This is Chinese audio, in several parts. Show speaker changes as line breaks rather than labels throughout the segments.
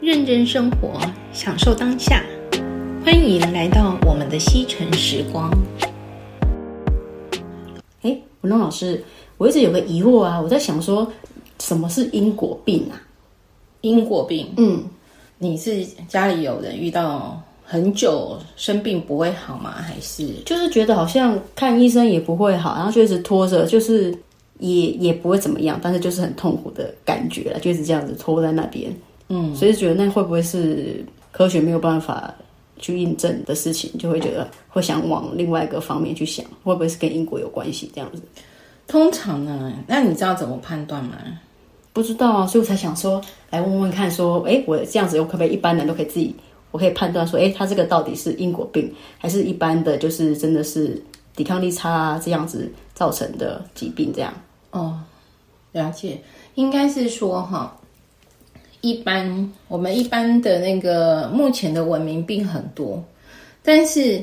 认真生活，享受当下。欢迎来到我们的西城时光。
哎，文龙老师，我一直有个疑惑啊，我在想说，什么是因果病啊？
因果病，
嗯，
你是家里有人遇到很久生病不会好吗？还是
就是觉得好像看医生也不会好，然后就一直拖着，就是也也不会怎么样，但是就是很痛苦的感觉了，就一直这样子拖在那边。嗯，所以觉得那会不会是科学没有办法去印证的事情，就会觉得会想往另外一个方面去想，会不会是跟因果有关系这样子？
通常呢？那你知道怎么判断吗？
不知道啊，所以我才想说来问问看，说，哎，我这样子，我可不可以一般人都可以自己，我可以判断说，哎，他这个到底是因果病，还是一般的，就是真的是抵抗力差、啊、这样子造成的疾病这样？
哦，了解，应该是说哈，一般我们一般的那个目前的文明病很多，但是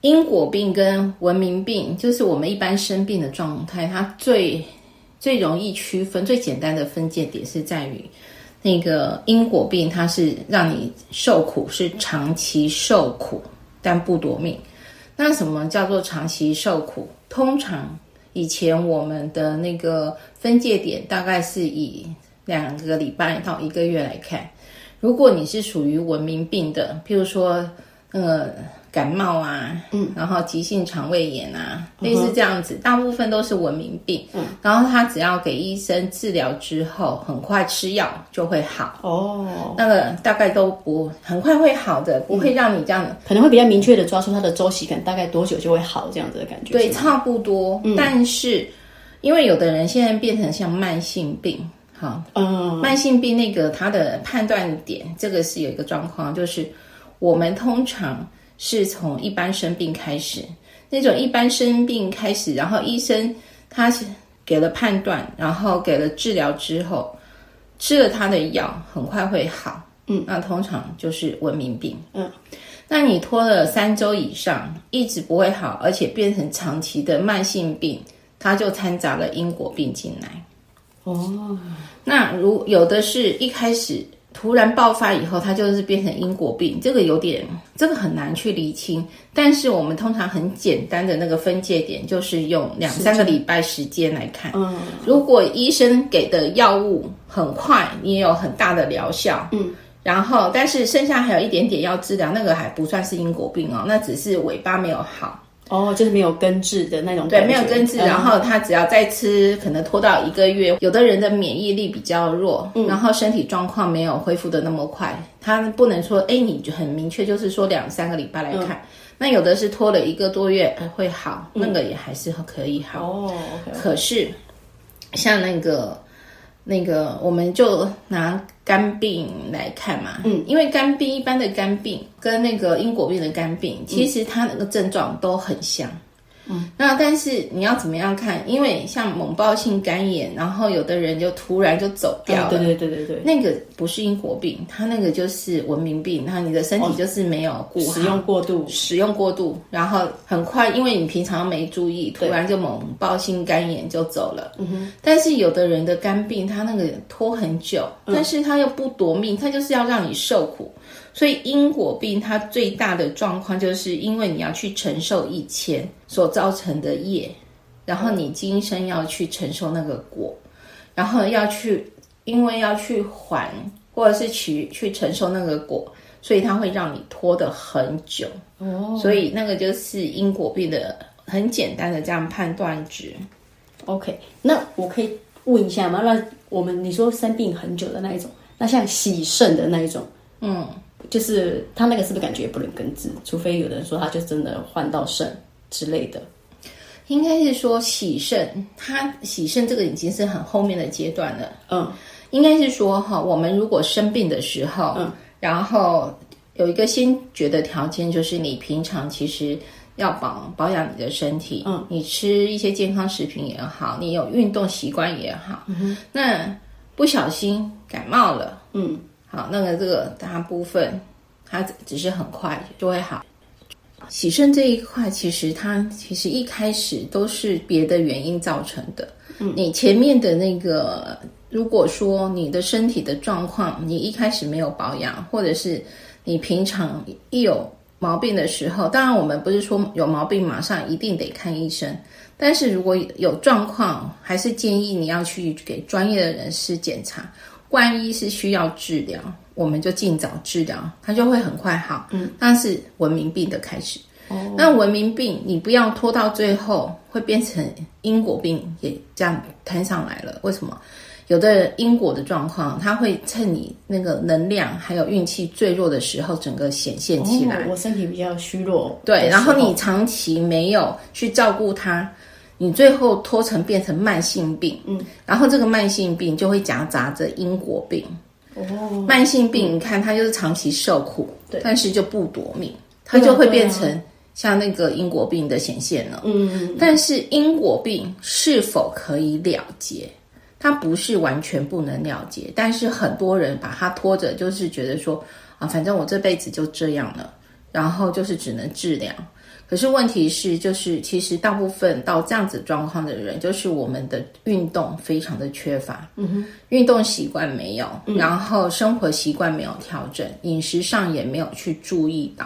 因果病跟文明病，就是我们一般生病的状态，它最最容易区分、最简单的分界点是在于那个因果病，它是让你受苦，是长期受苦但不夺命。那什么叫做长期受苦？通常以前我们的那个分界点大概是以两个礼拜到一个月来看。如果你是属于文明病的，譬如说呃感冒啊，嗯，然后急性肠胃炎啊，类似这样子，大部分都是文明病。嗯，然后他只要给医生治疗之后，很快吃药就会好。
哦，
那个大概都不很快会好的，不会让你这样
可能会比较明确的抓出它的周期感，大概多久就会好这样子的感觉。
对，
是嗯吗
差不多。但是，因为有的人现在变成像慢性病，好，
嗯，
慢性病那个它的判断点，这个是有一个状况，就是我们通常是从一般生病开始，那种一般生病开始，然后医生他是给了判断，然后给了治疗之后，吃了他的药，很快会好。嗯，那通常就是文明病。嗯，那你拖了三周以上，一直不会好，而且变成长期的慢性病，它就掺杂了因果病进来。
哦，
那如有的是一开始突然爆发以后，它就是变成因果病，这个有点这个很难去厘清。但是我们通常很简单的那个分界点，就是用两三个礼拜时间来看。嗯，如果医生给的药物很快，你也有很大的疗效。嗯。然后，但是剩下还有一点点要治疗，那个还不算是因果病哦，那只是尾巴没有好。
哦，就是没有根治的那种
对，
感觉，
没有根治，
嗯
然后他只要再吃，可能拖到一个月。有的人的免疫力比较弱，
嗯
然后身体状况没有恢复的那么快，他不能说，哎，你就很明确，就是说两三个礼拜来看。
嗯
那有的是拖了一个多月呃会好，那个也还是可以好。
哦，OK，
可是像那个那个，我们就拿肝病来看嘛，嗯，因为肝病一般的肝病跟那个英国病的肝病，其实它那个症状都很像。嗯，那但是你要怎么样看？因为像猛暴性肝炎，然后有的人就突然就走掉了，
嗯对对对对对，
那个不是英国病，它那个就是文明病，然后你的身体就是没有哦顾好，
使用过度，
使用过度，然后很快，因为你平常没注意，突然就猛暴性肝炎就走了。嗯哼。但是有的人的肝病，他那个拖很久，但是他又不夺命，他就是要让你受苦。所以因果病它最大的状况，就是因为你要去承受以前所造成的业，然后你今生要去承受那个果，然后要去，因为要去还或者是去去承受那个果，所以它会让你拖得很久。
哦
所以那个就是因果病的很简单的这样判断值。
OK，那我可以问一下吗？那我们你说生病很久的那一种，那像洗肾的那一种，
嗯，
就是他那个是不是感觉不能根治？除非有人说他就真的换到肾之类的。
应该是说洗肾，它洗肾这个已经是很后面的阶段了。
嗯，
应该是说哈，我们如果生病的时候，嗯，然后有一个先决的条件就是你平常其实要保保养你的身体，嗯，你吃一些健康食品也好，你有运动习惯也好，嗯、那不小心感冒了，
嗯，
好，那个这个大部分它只是很快就会好。洗肾这一块，其实它其实一开始都是别的原因造成的。嗯，你前面的那个如果说你的身体的状况，你一开始没有保养，或者是你平常一有毛病的时候，当然我们不是说有毛病马上一定得看医生，但是如果有状况，还是建议你要去给专业的人士检查。万一是需要治疗，我们就尽早治疗，它就会很快好。嗯，那是文明病的开始。哦，那文明病你不要拖到最后，会变成因果病也这样摊上来了。为什么？有的因果的状况，它会趁你那个能量还有运气最弱的时候，整个显现起来。
哦我身体比较虚弱，
对，然后你长期没有去照顾它，你最后拖成变成慢性病，嗯，然后这个慢性病就会夹杂着因果病。
哦，
慢性病，你看它就是长期受苦，
对
但是就不夺命，它就会变成像那个因果病的显现了。
嗯，
但是因果病是否可以了结？它不是完全不能了结，但是很多人把它拖着，就是觉得说啊，反正我这辈子就这样了，然后就是只能治疗。可是问题是，就是其实大部分到这样子状况的人，就是我们的运动非常的缺乏，嗯哼，运动习惯没有，然后生活习惯没有调整，饮食上也没有去注意到，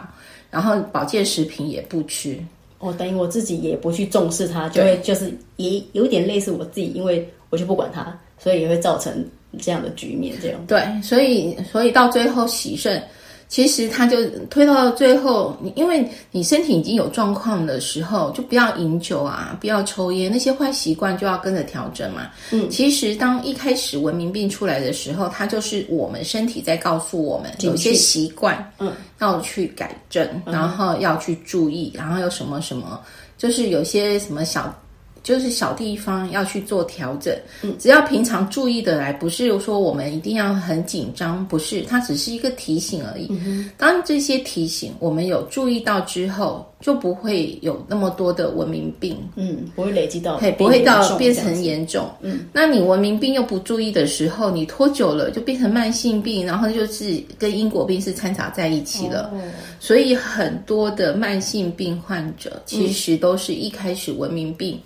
然后保健食品也不吃，
我、哦等于我自己也不去重视它，就会就是也有点类似我自己，因为我就不管它，所以也会造成这样的局面。这样
对，所以所以到最后喜肾，其实它就推到最后，你因为你身体已经有状况的时候，就不要饮酒啊，不要抽烟，那些坏习惯就要跟着调整嘛。嗯，其实当一开始文明病出来的时候，它就是我们身体在告诉我们
警
有
讯
些习惯，
嗯，
要去改正，然后要去注意，然后有什么什么，就是有些什么小就是小地方要去做调整。只要平常注意的来，不是说我们一定要很紧张，不是，它只是一个提醒而已。当这些提醒我们有注意到之后，就不会有那么多的文明病，
嗯，不会累积到
对，
变
不会
严
到
重
哦变
这样
成
子
严重。嗯，那你文明病又不注意的时候，你拖久了就变成慢性病，然后就是跟因果病是掺杂在一起了。
哦
所以很多的慢性病患者
嗯
其实都是一开始文明病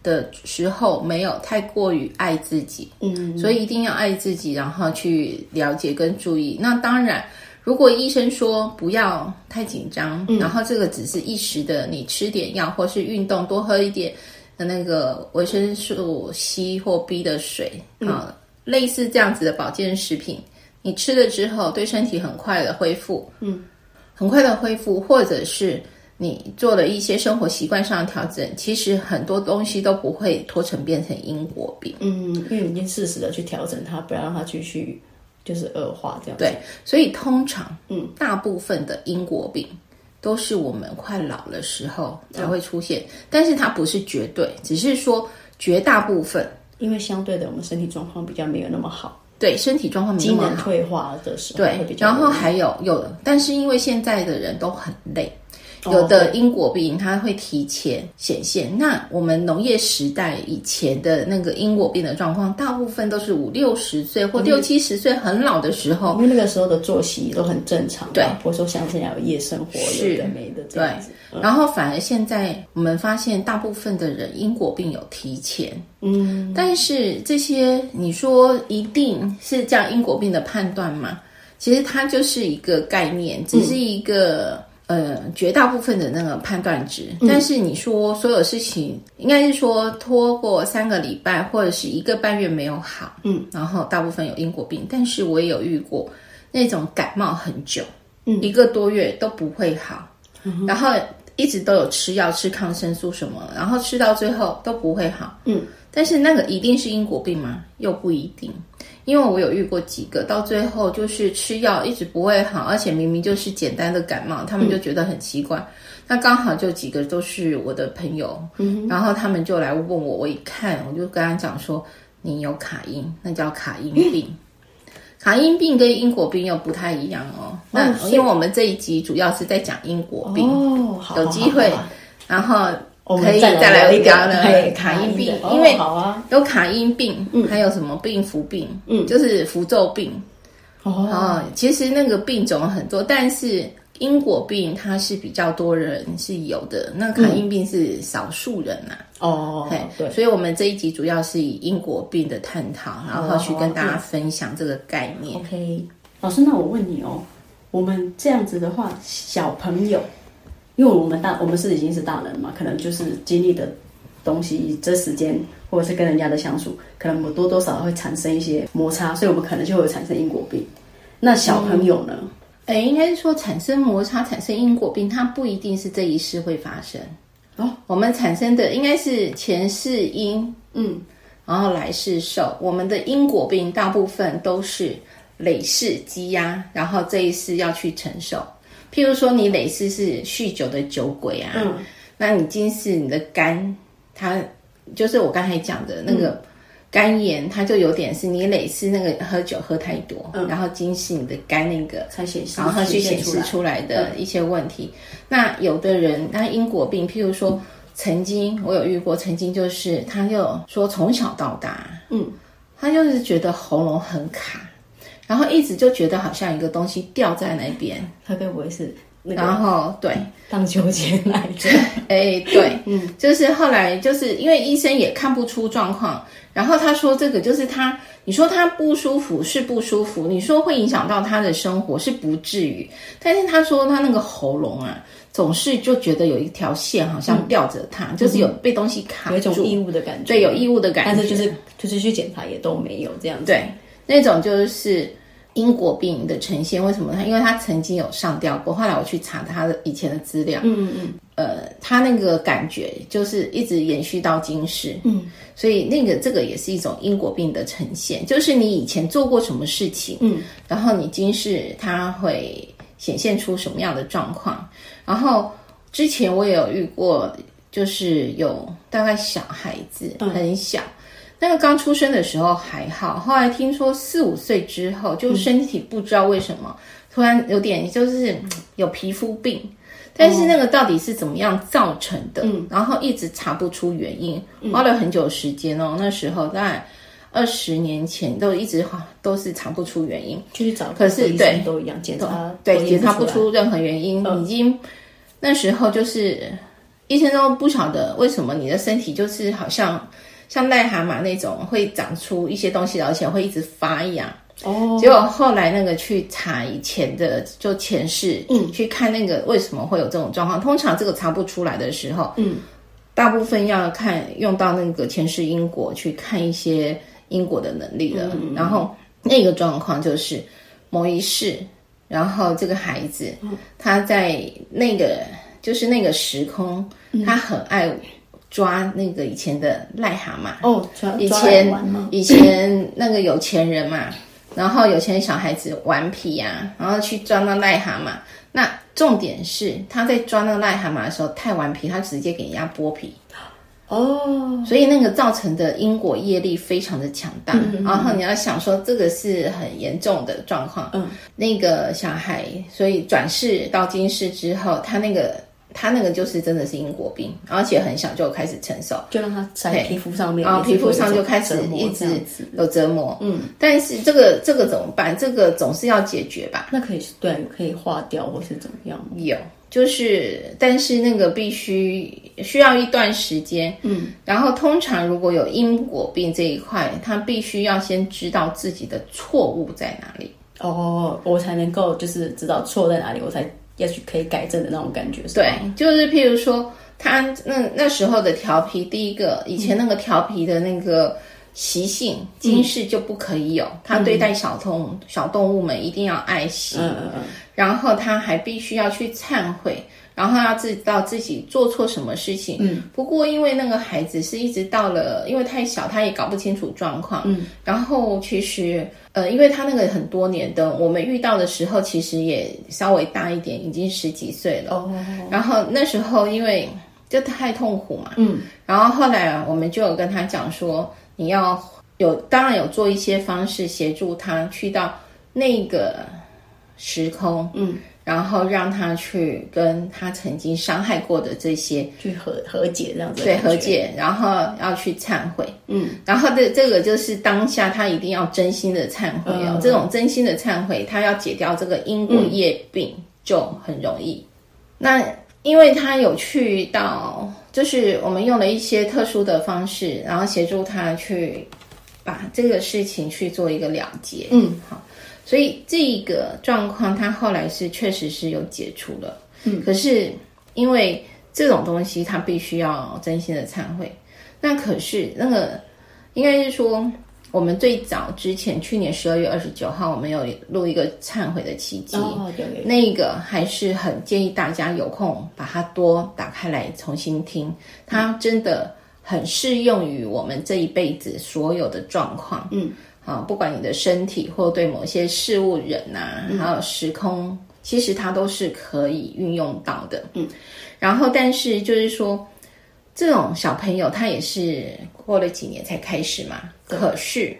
的时候没有太过于爱自己，
嗯，
所以一定要爱自己，然后去了解跟注意。那当然，如果医生说不要太紧张，
嗯
然后这个只是一时的，你吃点药或是运动，多喝一点的那个维生素 C 或 B 的水
嗯
啊、类似这样子的保健食品，你吃了之后对身体很快的恢复，嗯，很快的恢复，或者是。你做了一些生活习惯上的调整，其实很多东西都不会拖成变成因果病。
嗯，因为你已经适时的去调整它，不要让它继续就是恶化这样子。
对，所以通常，嗯，大部分的因果病都是我们快老的时候才会出现，但是它不是绝对，只是说绝大部分
因为相对的，我们身体状况比较没有那么好，
对身体状况没那
机
么
能
好，
退化的时候会比
对，
较
然
容易。
后还有有的，但是因为现在的人都很累。
哦
有的因果病它会提前显现，那我们农业时代以前的那个因果病的状况，大部分都是五六十岁或六七十岁很老的时候，
哦因为那个时候的作息都很正常，
对，
不会说像现在有夜生活，
是
有的没的这样子。
然后反而现在我们发现，大部分的人因果病有提前，
嗯，
但是这些你说一定是这样因果病的判断吗？其实它就是一个概念，
嗯
只是一个、呃绝大部分的那个判断值。
嗯
但是你说所有事情，应该是说拖过三个礼拜或者是一个半月没有好，嗯，然后大部分有因果病，但是我也有遇过那种感冒很久，嗯，一个多月都不会好，
嗯
然后一直都有吃药吃抗生素什么，然后吃到最后都不会好。
嗯，
但是那个一定是因果病吗？又不一定，因为我有遇过几个，到最后就是吃药一直不会好，而且明明就是简单的感冒，他们就觉得很奇
嗯
怪。那刚好就几个都是我的朋友，嗯、然后他们就来问我，我一看我就跟他讲说，你有卡因，那叫卡因病。 卡因病跟因果病又不太一样哦。那
哦所以
因为我们这一集主要是在讲因果病，
哦，好，
有机会
好好好
然后
我
可
们
以
再
再来
一
聊呢
嘿
卡因病
的哦
因为
好嗯啊，
有卡因病，还有什么病符病，嗯，就是符咒病
哦，
啊、其实那个病种很多，但是因果病它是比较多人是有的，那卡因病是少数人呐、
哦哦
嘿，
对，
所以我们这一集主要是以英国病的探讨，然
哦
后
啊
去跟大家分享这个概念。
OK，老师，那我问你哦，我们这样子的话，小朋友，因为我们大我们是已经是大人嘛，可能就是经历的东西，这时间或者是跟人家的相处，可能我们多多少少会产生一些摩擦，所以我们可能就会产生因果病。那小朋友呢？
哎、应该是说产生摩擦、产生因果病，它不一定是这一世会发生。
哦，
我们产生的应该是前世因，
嗯，
然后来世受。我们的因果病大部分都是累世积压，然后这一世要去承受。譬如说，你累世是酗酒的酒鬼啊，
嗯
那你今世你的肝，它就是我刚才讲的那
嗯
个肝炎，它就有点是你累世那个喝酒喝太多，
嗯
然后今世你的肝那个
才显示
然后它去显
现出
示
来。嗯
出来的一些问题。那有的人，那因果病，譬如说，曾经我有遇过，曾经就是他就说从小到大，
嗯，
他就是觉得喉咙很卡，然后一直就觉得好像一个东西掉在那边，
他该不会是那个
然后对，
荡秋千来着？
哎，对，嗯，就是后来就是因为医生也看不出状况，然后他说这个就是他，你说他不舒服是不舒服，你说会影响到他的生活是不至于，但是他说他那个喉咙啊，总是就觉得有一条线好像吊着他，就是有被东西卡
嗯有一种
住，
义务的感觉，
对，有异物的感觉，
但是就是就是去检查也都没有这样子。
对，那种就是因果病的呈现。为什么他？因为他曾经有上吊过，后来我去查他的以前的资料，
嗯嗯
呃，他那个感觉就是一直延续到今世，嗯，所以那个这个也是一种因果病的呈现，就是你以前做过什么事情，
嗯，
然后你今世它会显现出什么样的状况。然后之前我也有遇过，就是有大概小孩子很小，那个刚出生的时候还好，后来听说四五岁之后，就身体不知道为什么、突然有点就是嗯有皮肤病。但是那个到底是怎么样造成的？
嗯
然后一直查不出原因，花了很久时间哦。那时候大概二十年前都一直哈都是查不出原因，
就去找
可是
医生都一样检查，
对，检查
不
不
出来。嗯
出任何原因，已经那时候就是医生都不晓得为什么你的身体就是好像像癞蛤蟆那种会长出一些东西，而且会一直发痒。
哦，
结果后来那个去查以前的就前世，嗯，去看那个为什么会有这种状况。通常这个查不出来的时候，嗯，大部分要看用到那个前世因果去看一些因果的能力了。然后那个状况就是某一世，然后这个孩子、他在那个就是那个时空，他很爱抓那个以前的癞蛤蟆。
哦，抓
以
抓来
前
玩吗？
以前那个有钱人 嘛，然后有钱小孩子顽皮呀、然后去抓那癞蛤蟆。那重点是他在抓那癞蛤蟆的时候太顽皮，他直接给人家剥皮，
哦，
所以那个造成的因果业力非常的强大。
嗯
然后你要想说这个是很严重的状况。嗯，那个小孩，所以转世到今世之后，他那个他那个就是真的是因果病，而且很小就开始承受。
就让它在皮肤上面，
然后
也
哦啊皮
是会
肤
有
上
一
就
种
开始
折磨
一
这
直
样子。
有折磨，嗯，但是这个这个怎么办？这个总是要解决吧？
那可以对，可以化掉或是怎么样？
有，就是但是那个必须需要一段时间，嗯，然后通常如果有因果病这一块，他必须要先知道自己的错误在哪里，
哦，我才能够就是知道错在哪里，我才要去可以改正的那种感觉。是吧
对，，就是譬如说他那那时候的调皮，第一个以
嗯
前那个调皮的那个。习性，今世就不可以有。他对待小动小动物们一定要爱惜，
嗯嗯嗯，
然后他还必须要去忏悔，然后要知道自己做错什么事情。嗯，不过因为那个孩子是一直到了，因为太小，他也搞不清楚状况。嗯，然后其实呃，因为他那个很多年的，我们遇到的时候其实也稍微大一点，已经十几岁了。
哦，
然后那时候因为就太痛苦嘛，嗯，然后后来啊我们就有跟他讲说，你要有当然有做一些方式协助他去到那个时空，嗯，然后让他去跟他曾经伤害过的这些
去和和解这样子。
对和。解，然后要去忏悔，嗯，然后这这个就是当下他一定要真心的忏悔哦，
嗯
这种真心的忏悔，他要解掉这个因果业病就很容易。那因为他有去到就是我们用了一些特殊的方式，然后协助他去把这个事情去做一个了结。嗯，好，所以这个状况他后来是确实是有解除了。嗯，可是因为这种东西，他必须要真心的忏悔。那可是那个应该是说，我们最早之前去年十二月二十九号，我们有录一个忏悔的契机。
哦，对对，
那个还是很建议大家有空把它多打开来重新听，它真的很适用于我们这一辈子所有的状况。嗯，啊，不管你的身体或对某些事物、人呐、还有时空，其实它都是可以运用到的。嗯，然后但是就是说，这种小朋友他也是过了几年才开始嘛，可是。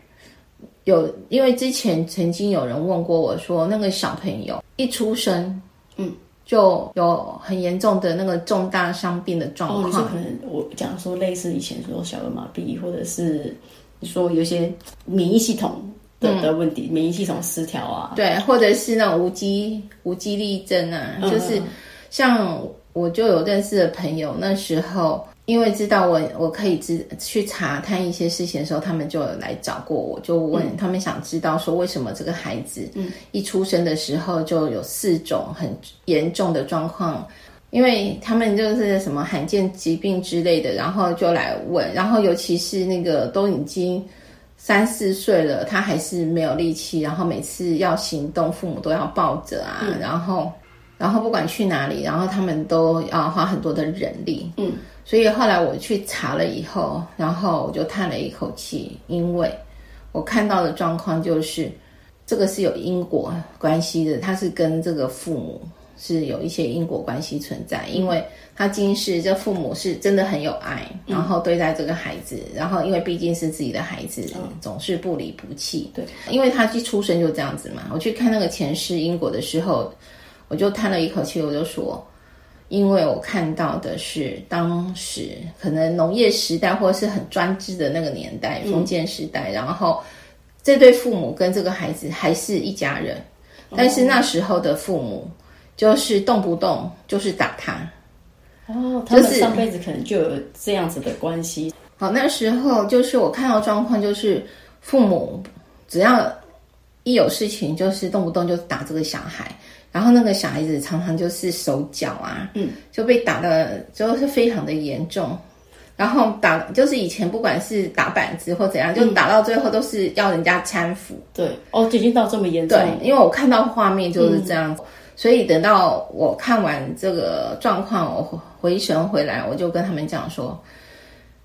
有，因为之前曾经有人问过我说，那个小朋友一出生，嗯，就有很严重的那个重大伤病的状况
哦，你，说可能我讲说类似以前说小儿麻痹，或者是你说有一些免疫系统的、
嗯
的问题，免疫系统失调啊，
对，或者是那种无肌无肌力症啊，
嗯
就是像我就有认识的朋友，那时候因为知道我我可以知去查探一些事情的时候，他们就有来找过我，就问、
嗯
他们想知道说为什么这个孩子一出生的时候就有四种很严重的状况。因为他们就是什么罕见疾病之类的，然后就来问，然后尤其是那个都已经三四岁了，他还是没有力气，然后每次要行动，父母都要抱着啊，然后然后不管去哪里，然后他们都要花很多的人力，嗯，所以后来我去查了以后，然后我就叹了一口气，因为我看到的状况就是这个是有因果关系的，它是跟这个父母。是有一些因果关系存在，因为他今世这父母是真的很有爱，然后对待这个孩子，然后因为毕竟是自己的孩子，总是不离不弃。
对，
因为他一出生就这样子嘛。我去看那个前世因果的时候，我就叹了一口气，我就说，因为我看到的是当时可能农业时代或者是很专制的那个年代，封建时代，然后这对父母跟这个孩子还是一家人，但是那时候的父母就是动不动就是打他，
哦，他们上辈子可能就有这样子的关系，
好，那时候就是我看到状况，就是父母只要一有事情，就是动不动就打这个小孩，然后那个小孩子常常就是手脚啊，嗯，就被打的就是非常的严重。然后打就是以前不管是打板子或怎样，就打到最后都是要人家搀扶，
对，哦，就已经到这么严重，
对，因为我看到画面就是这样，嗯所以等到我看完这个状况，我回神回来，我就跟他们讲说，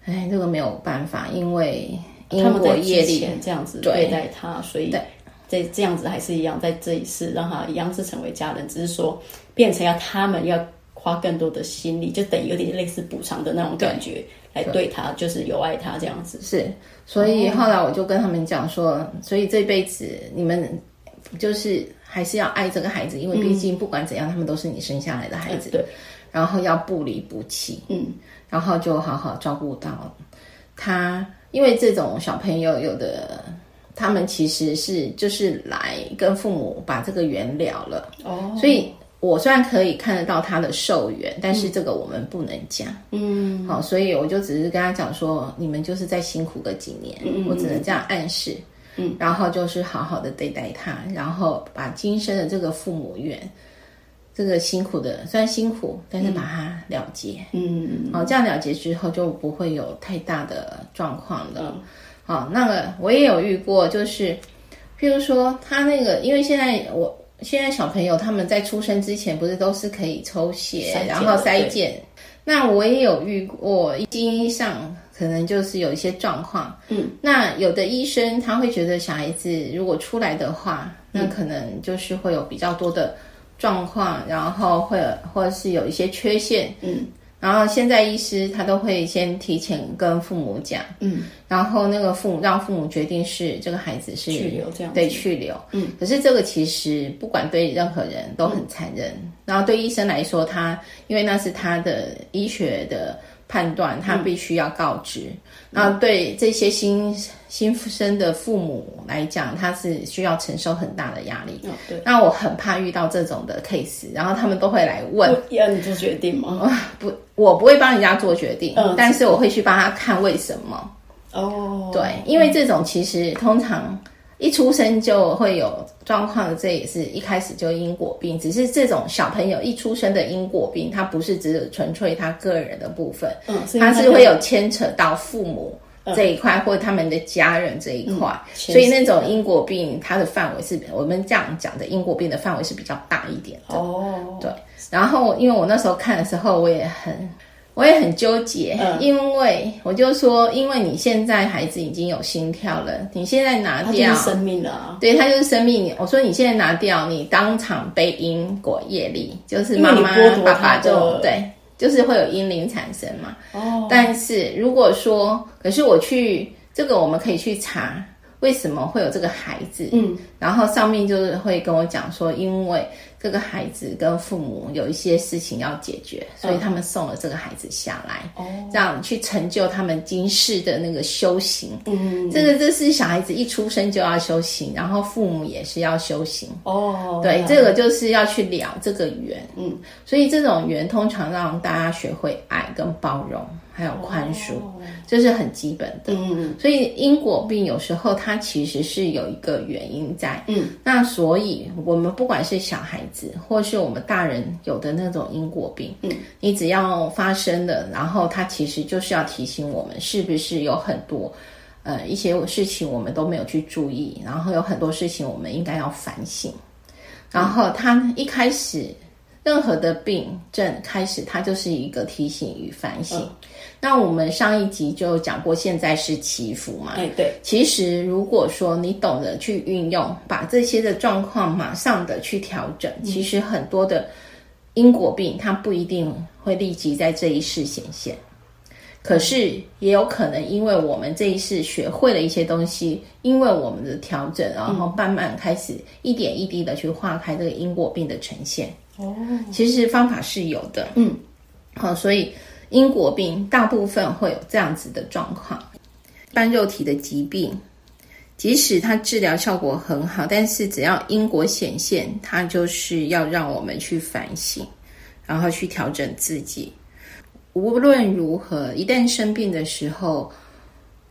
哎，这个没有办法，因为因
他们
果
在
业
之
力，
前这样子
对
对待他，所以
对
这这样子还是一样，在这一世让他一样是成为家人，只是说变成要他们要花更多的心力，就等于有点类似补偿的那种感觉来对他，就是有爱他这样子。
是，所
哦
以后来我就跟他们讲说，所以这辈子你们就是还是要爱这个孩子，因为毕竟不管怎样，他们都是你生下来的孩子，
嗯呃对，
然后要不离不弃，
嗯，
然后就好好照顾到他，因为这种小朋友有的。他们其实是就是来跟父母把这个缘了了，
哦，
所以我虽然可以看得到他的寿元，但是这个我们不能讲。
嗯，
好，所以我就只是跟他讲说，你们就是再辛苦个几年，我只能这样暗示。嗯，然后就是好好的对待他，然后把今生的这个父母怨，这个辛苦的虽然辛苦，但是把它了结。
嗯，
好，这样了哦结之后就不会有太大的状况了。
嗯
好，那个我也有遇过，就是譬如说他那个，因为现在我现在小朋友他们在出生之前不是都是可以抽血
筛检，的
然后筛检。那我也有遇过，基因上可能就是有一些状况。嗯，那有的医生他会觉得小孩子如果出来的话，那
嗯
可能就是会有比较多的状况，然后会有或者是有一些缺陷。嗯，然后现在医师他都会先提前跟父母讲。嗯，然后那个父母让父母决定是这个孩子是
去留这样子
对去留。嗯，可是这个其实不管对任何人
嗯
都很残忍，然后对医生来说，他因为那是他的医学的判断，他必须要告知。
嗯
那对这些新新生的父母来讲，他是需要承受很大的压力。
哦，对，
那我很怕遇到这种的 case，然后他们都会来问，
不要哦你做决定吗？
不，我不会帮人家做决定，
嗯
但是我会去帮他看为什么。
哦，
对，因为这种其实通常一出生就会有状况的，这也是一开始就因果病。只是这种小朋友一出生的因果病，它不是只有纯粹他个人的部分，
嗯，所以嗯
它是会有牵扯到父母。这一块或他们的家人这一块，
牵
所以那种因果病，它的范围是我们这样讲的因果病的范围是比较大一点的。
哦，
对，然后因为我那时候看的时候，我也很，我也很纠结，
嗯
因为我就说，因为你现在孩子已经有心跳了，你现在拿
它就
掉
是，生命了啊，
对，它就是生命。我说你现在拿掉，你当场背因果业力，就是
因为
妈
你
妈
剥夺
爸
它
爸就
的
对，就是会有阴灵产生嘛。
哦，
但是如果说，可是我去这个，我们可以去查为什么会有这个孩子。
嗯，
然后上面就是会跟我讲说，因为这个孩子跟父母有一些事情要解决，
嗯
所以他们送了这个孩子下来，
哦，
这样去成就他们今世的那个修行。
嗯，
这个这是小孩子一出生就要修行，然后父母也是要修行。
哦，
对，这个就是要去聊这个缘，
嗯，
所以这种缘通常让大家学会爱跟包容，还有宽恕，
哦
这是很基本的。
嗯，
所以因果病有时候它其实是有一个原因在，
嗯，
那所以我们不管是小孩子或是我们大人有的那种因果病，嗯，你只要发生了，然后它其实就是要提醒我们，是不是有很多。呃，一些事情我们都没有去注意，然后有很多事情我们应该要反省。然后它一开始，任何的病症开始，它就是一个提醒与反省。那我们上一集就讲过，现在是祈福嘛。
哎，对，
其实，如果说你懂得去运用，把这些的状况马上的去调整，其实很多的因果病它不一定会立即在这一世显现，可是也有可能因为我们这一世学会了一些东西，因为我们的调整，然后慢慢开始一点一滴的去化开这个因果病的呈现。
哦，
其实方法是有的，嗯，好、所以因果病大部分会有这样子的状况，半肉体的疾病，即使它治疗效果很好，但是只要因果显现，它就是要让我们去反省，然后去调整自己。无论如何，一旦生病的时候，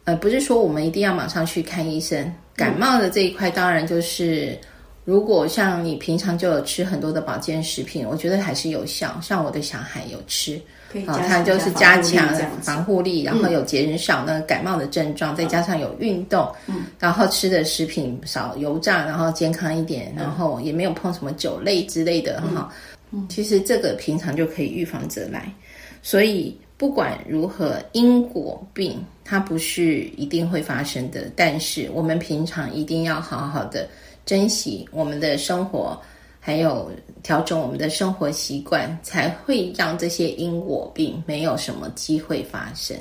呃，不是说我们一定要马上去看医生。感冒的这一块，当然就是如果像你平常就有吃很多的保健食品，我觉得还是有效。像我的小孩有吃，
可以
啊，
加
它
强
就是
一下
加
防护力
强
这样子嗯
防护力，然后有减少那个感冒的症状，再加上有运动，
嗯
然后吃的食品少油炸，然后健康一点，
嗯
然后也没有碰什么酒类之类的哈。其实这个平常就可以预防着来，所以不管如何，因果病它不是一定会发生的，但是我们平常一定要好好的珍惜我们的生活，还有调整我们的生活习惯，才会让这些因果病没有什么机会发生。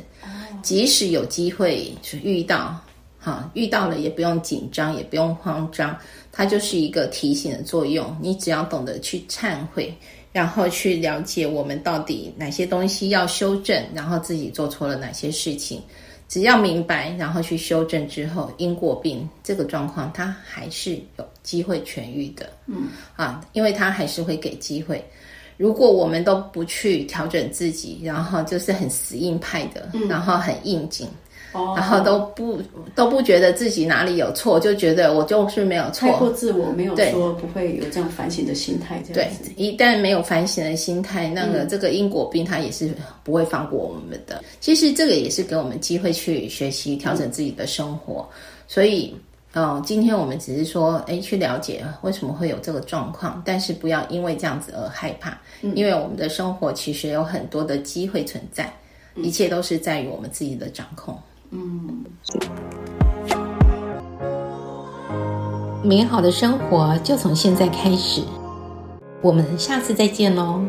即使有机会遇到，哈，遇到了也不用紧张，也不用慌张，它就是一个提醒的作用。你只要懂得去忏悔，然后去了解我们到底哪些东西要修正，然后自己做错了哪些事情。只要明白，然后去修正之后，因果病这个状况，它还是有机会痊愈的。嗯，啊，因为它还是会给机会。如果我们都不去调整自己，然后就是很死硬派的，然后很应景，
哦，
然后都不都不觉得自己哪里有错，就觉得我就是没有
太
错。
过自我，没有说不会有这样反省的心态，这
对
样子，，
一旦没有反省的心态，那个这个因果病它也是不会放过我们的。其实这个也是给我们机会去学习调整自己的生活，所以。哦，今天我们只是说，哎，去了解为什么会有这个状况，但是不要因为这样子而害怕，因为我们的生活其实有很多的机会存在，一切都是在于我们自己的掌控。
嗯，
美好的生活就从现在开始，我们下次再见喽。